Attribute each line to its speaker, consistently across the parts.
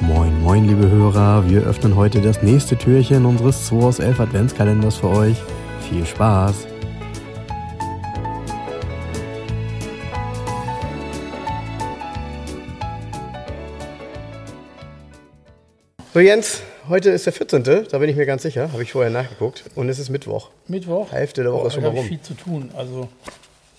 Speaker 1: Moin, moin, liebe Hörer. Wir öffnen heute das nächste Türchen unseres 2 aus 11 Adventskalenders für euch. Viel Spaß!
Speaker 2: So Jens, heute ist der 14., da bin ich mir ganz sicher, habe ich vorher nachgeguckt. Und es ist Mittwoch.
Speaker 3: Mittwoch.
Speaker 2: Hälfte der Woche
Speaker 3: Boah,
Speaker 2: ist schon
Speaker 3: da
Speaker 2: mal
Speaker 3: hab ich
Speaker 2: rum.
Speaker 3: viel zu tun. Also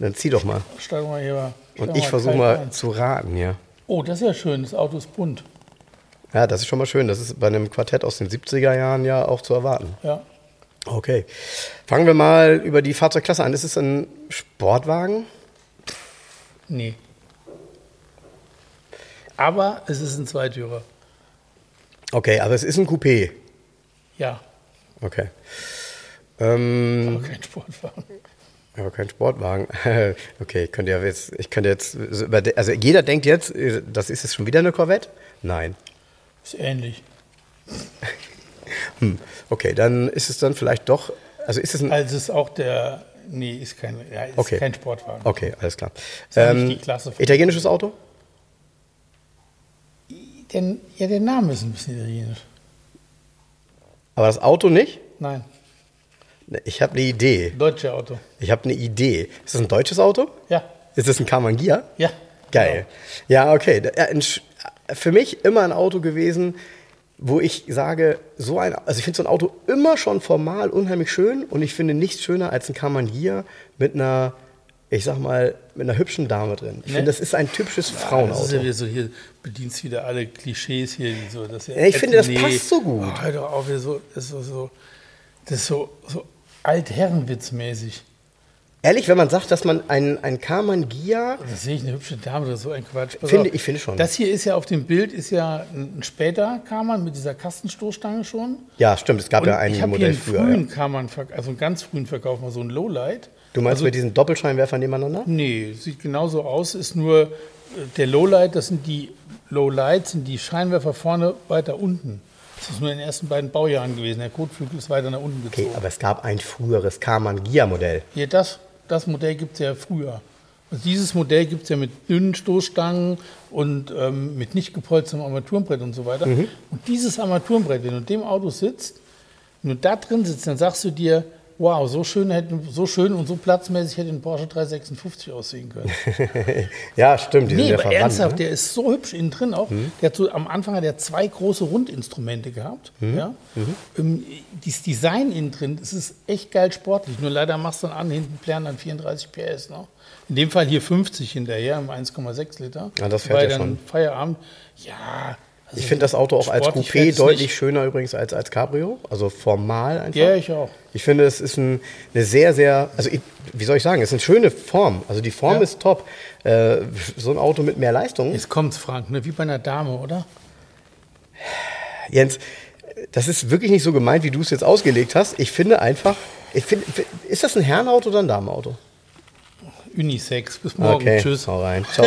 Speaker 2: Dann zieh doch mal.
Speaker 3: steigen wir hier mal. steigen
Speaker 2: Und
Speaker 3: wir
Speaker 2: ich versuche
Speaker 3: kalt
Speaker 2: mal
Speaker 3: ein.
Speaker 2: zu raten, ja.
Speaker 3: Oh, das ist ja schön. Das Auto ist bunt.
Speaker 2: Ja, das ist schon mal schön. Das ist bei einem Quartett aus den 70er Jahren ja auch zu erwarten.
Speaker 3: Ja.
Speaker 2: Okay. Fangen wir mal über die Fahrzeugklasse an. Ist es ein Sportwagen?
Speaker 3: Nee. Aber es ist ein Zweitürer.
Speaker 2: Okay, aber es ist ein Coupé.
Speaker 3: Ja.
Speaker 2: Okay. Ähm,
Speaker 3: Aber kein Sportwagen.
Speaker 2: Aber kein Sportwagen. okay, ich könnte ja jetzt, ich könnte jetzt, so überde- also jeder denkt jetzt, äh, das ist jetzt schon wieder eine Corvette? Nein.
Speaker 3: Ist ähnlich.
Speaker 2: Hm. Okay, dann ist es dann vielleicht doch, also ist es ein,
Speaker 3: Also ist auch der. Nee, ist kein, ja, ist
Speaker 2: Okay.
Speaker 3: kein Sportwagen.
Speaker 2: okay, Ähm, alles klar.
Speaker 3: ja nicht die Klasse von-
Speaker 2: italienisches Auto?
Speaker 3: Denn, ja, der Name ist ein bisschen italienisch.
Speaker 2: Aber das Auto nicht?
Speaker 3: Nein,
Speaker 2: Ne, Ich habe eine Idee.
Speaker 3: deutsche Auto.
Speaker 2: Ich habe eine Idee. Ist das ein deutsches Auto?
Speaker 3: Ja,
Speaker 2: Ist das ein Kamangia?
Speaker 3: ja.
Speaker 2: Geil. Ja, okay. Da- ja, ein Sch- Für mich immer ein Auto gewesen, wo ich sage, so ein, also ich finde so ein Auto immer schon formal unheimlich schön und ich finde nichts schöner als ein Kammerngier mit einer, ich sag mal, mit einer hübschen Dame drin. Ich
Speaker 3: Ne?
Speaker 2: finde, das ist ein typisches
Speaker 3: Genau. Das ist ja
Speaker 2: Frauenauto.
Speaker 3: wieder so hier, bedienst wieder alle Klischees hier. Die so, das ist ja
Speaker 2: Ja, ich finde, das
Speaker 3: Nee.
Speaker 2: passt so gut.
Speaker 3: Oh, hör doch auf, hier so, das ist so, so, das ist so, so altherrenwitzmäßig.
Speaker 2: Ehrlich, wenn man sagt, dass man ein, ein Kammerngier,
Speaker 3: Da sehe ich eine hübsche Dame oder so ein Quatsch. Pass
Speaker 2: Finde-
Speaker 3: auf.
Speaker 2: ich finde schon.
Speaker 3: Das hier ist ja auf dem Bild, ist ja ein, ein später Kammern mit dieser Kastenstoßstange schon.
Speaker 2: ja stimmt, es gab ja
Speaker 3: ich
Speaker 2: ein
Speaker 3: habe hier
Speaker 2: Modell
Speaker 3: einen
Speaker 2: früher. Ja.
Speaker 3: frühen Kammern, verk- also einen ganz frühen Verkauf, mal so ein Lowlight.
Speaker 2: Du meinst
Speaker 3: also,
Speaker 2: mit diesen Doppelscheinwerfern nebeneinander?
Speaker 3: Nee, sieht genauso aus, ist nur äh, der Lowlight, das sind die Lowlights, sind die Scheinwerfer vorne weiter unten. Das ist nur in den ersten beiden Baujahren gewesen. Der Kotflügel ist weiter nach unten
Speaker 2: Okay,
Speaker 3: gezogen.
Speaker 2: aber es gab ein früheres Kammerngier-Modell.
Speaker 3: Hier, das, das Modell gibt es ja früher. Also dieses Modell gibt es ja mit dünnen Stoßstangen und ähm, mit nicht gepolstertem Armaturenbrett und so weiter.
Speaker 2: Mhm.
Speaker 3: Und dieses Armaturenbrett, wenn du in dem Auto sitzt, wenn du da drin sitzt, dann sagst du dir, wow, so schön, hätte, so schön und so platzmäßig hätte ein Porsche 356 aussehen können.
Speaker 2: ja, stimmt, die
Speaker 3: Nee,
Speaker 2: sind ja
Speaker 3: aber
Speaker 2: verwandt.
Speaker 3: ernsthaft,
Speaker 2: ne? Hm.
Speaker 3: der ist so hübsch innen drin auch. Der hat so, am Anfang hat er zwei große Rundinstrumente gehabt.
Speaker 2: Hm.
Speaker 3: Ja. Ähm, dieses Design innen drin, das ist echt geil sportlich. Nur leider machst du dann an, hinten Plärren an 34 PS. Ne? In dem Fall hier 50 hinterher im 1,6 Liter.
Speaker 2: Ja, das fährt
Speaker 3: Wobei
Speaker 2: ja
Speaker 3: dann
Speaker 2: schon.
Speaker 3: Feierabend. Ja. also
Speaker 2: Ich finde das Auto auch als
Speaker 3: sportlich fährt
Speaker 2: Coupé
Speaker 3: es
Speaker 2: deutlich
Speaker 3: nicht.
Speaker 2: schöner übrigens als als Cabrio. Also formal einfach.
Speaker 3: Ja, ich auch.
Speaker 2: Ich finde, es ist ein, eine sehr, sehr, also ich, wie soll ich sagen, es ist eine schöne Form. Also die Form
Speaker 3: Ja.
Speaker 2: ist top. Äh, so ein Auto mit mehr Leistung.
Speaker 3: Jetzt kommt's, Frank, ne? wie bei einer Dame, oder?
Speaker 2: Jens, das ist wirklich nicht so gemeint, wie du es jetzt ausgelegt hast. Ich finde einfach, ich finde, ist das ein Herrenauto oder ein Damenauto?
Speaker 3: Unisex. Bis morgen.
Speaker 2: okay,
Speaker 3: Tschüss.
Speaker 2: hau rein. Ciao.